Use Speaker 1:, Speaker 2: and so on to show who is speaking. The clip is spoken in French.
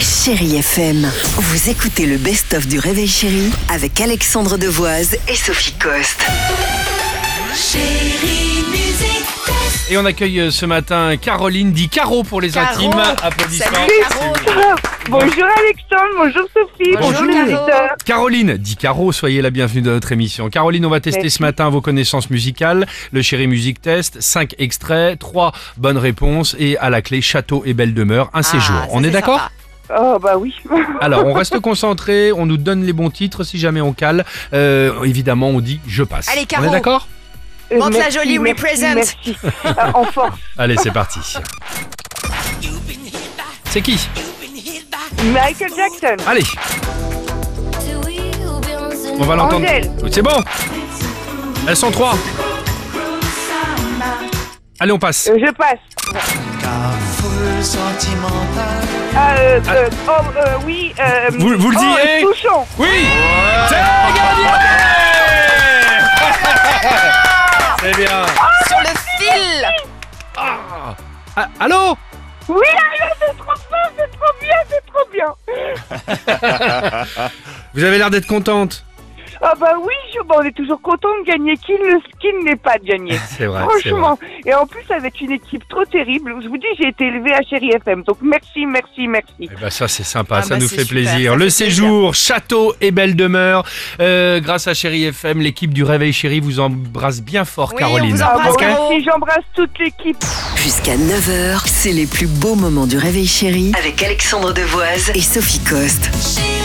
Speaker 1: Chérie FM. Vous écoutez le best-of du Réveil Chérie avec Alexandre Devoise et Sophie Coste.
Speaker 2: Et on accueille euh, ce matin Caroline dit Caro pour les
Speaker 3: Caro.
Speaker 2: intimes. Applaudissements.
Speaker 3: Salut, Caro.
Speaker 2: C'est bien.
Speaker 4: Bonjour Alexandre, bonjour Sophie,
Speaker 3: Bonjour,
Speaker 4: bonjour, les
Speaker 3: Caro.
Speaker 4: auditeurs.
Speaker 2: Caroline dit Caro, soyez la bienvenue dans notre émission. Caroline, on va tester
Speaker 4: Merci.
Speaker 2: ce matin vos connaissances musicales. Le Chéri Musique Test, 5 extraits, 3 bonnes réponses et à la clé Château et Belle Demeure, un séjour.
Speaker 3: Ah, ça,
Speaker 2: On est
Speaker 3: c'est
Speaker 2: d'accord
Speaker 3: sympa.
Speaker 4: Oh bah oui.
Speaker 2: Alors, on reste concentré, on nous donne les bons titres si jamais on cale. Euh, évidemment, on dit je passe.
Speaker 3: Allez,
Speaker 2: On
Speaker 3: Caro.
Speaker 2: est d'accord
Speaker 4: Euh,
Speaker 3: Montre la
Speaker 4: merci,
Speaker 3: jolie
Speaker 4: merci,
Speaker 3: represent.
Speaker 4: Merci. Ah, en force.
Speaker 2: Allez, c'est parti. C'est qui
Speaker 4: Michael Jackson.
Speaker 2: Allez, on va l'entendre.
Speaker 4: Angèle.
Speaker 2: C'est bon Elles sont trois. Allez, on passe.
Speaker 4: Euh, je passe. Ah, euh, euh, oh, euh, oui. euh,
Speaker 2: Vous- vous le
Speaker 4: oh,
Speaker 2: direz.
Speaker 4: Souchon.
Speaker 2: Oui C'est gagné C'est bien
Speaker 3: Sur le fil
Speaker 2: Ah. Ah, Allô
Speaker 4: Oui, allez, c'est trop bien, c'est trop bien, c'est trop bien.
Speaker 2: Vous avez l'air d'être contente.
Speaker 4: Ah bah oui, je, bah, on est toujours content de gagner. Qui ne, qui ne l'est pas de gagner
Speaker 2: C'est vrai. c'est vrai.
Speaker 4: Franchement, et en plus avec une équipe trop terrible, je vous dis, j'ai été élevée à Chérie FM, donc merci, merci, merci.
Speaker 2: Eh ben, ça c'est sympa,
Speaker 3: Ah
Speaker 2: ça
Speaker 3: bah,
Speaker 2: nous
Speaker 3: c'est
Speaker 2: fait
Speaker 3: super,
Speaker 2: plaisir.
Speaker 3: ça
Speaker 2: Le
Speaker 3: fait
Speaker 2: séjour, château et belle demeure. Euh, grâce à Chéri FM, l'équipe du Réveil Chéri vous embrasse bien fort,
Speaker 3: Oui, on
Speaker 2: Caroline.
Speaker 3: vous
Speaker 4: Ah,
Speaker 3: embrasse,
Speaker 4: bon,
Speaker 3: Caro.
Speaker 4: merci, j'embrasse toute l'équipe.
Speaker 1: Jusqu'à 9h, c'est les plus beaux moments du Réveil Chérie avec Alexandre Devoise et Sophie Coste.
Speaker 5: Chérie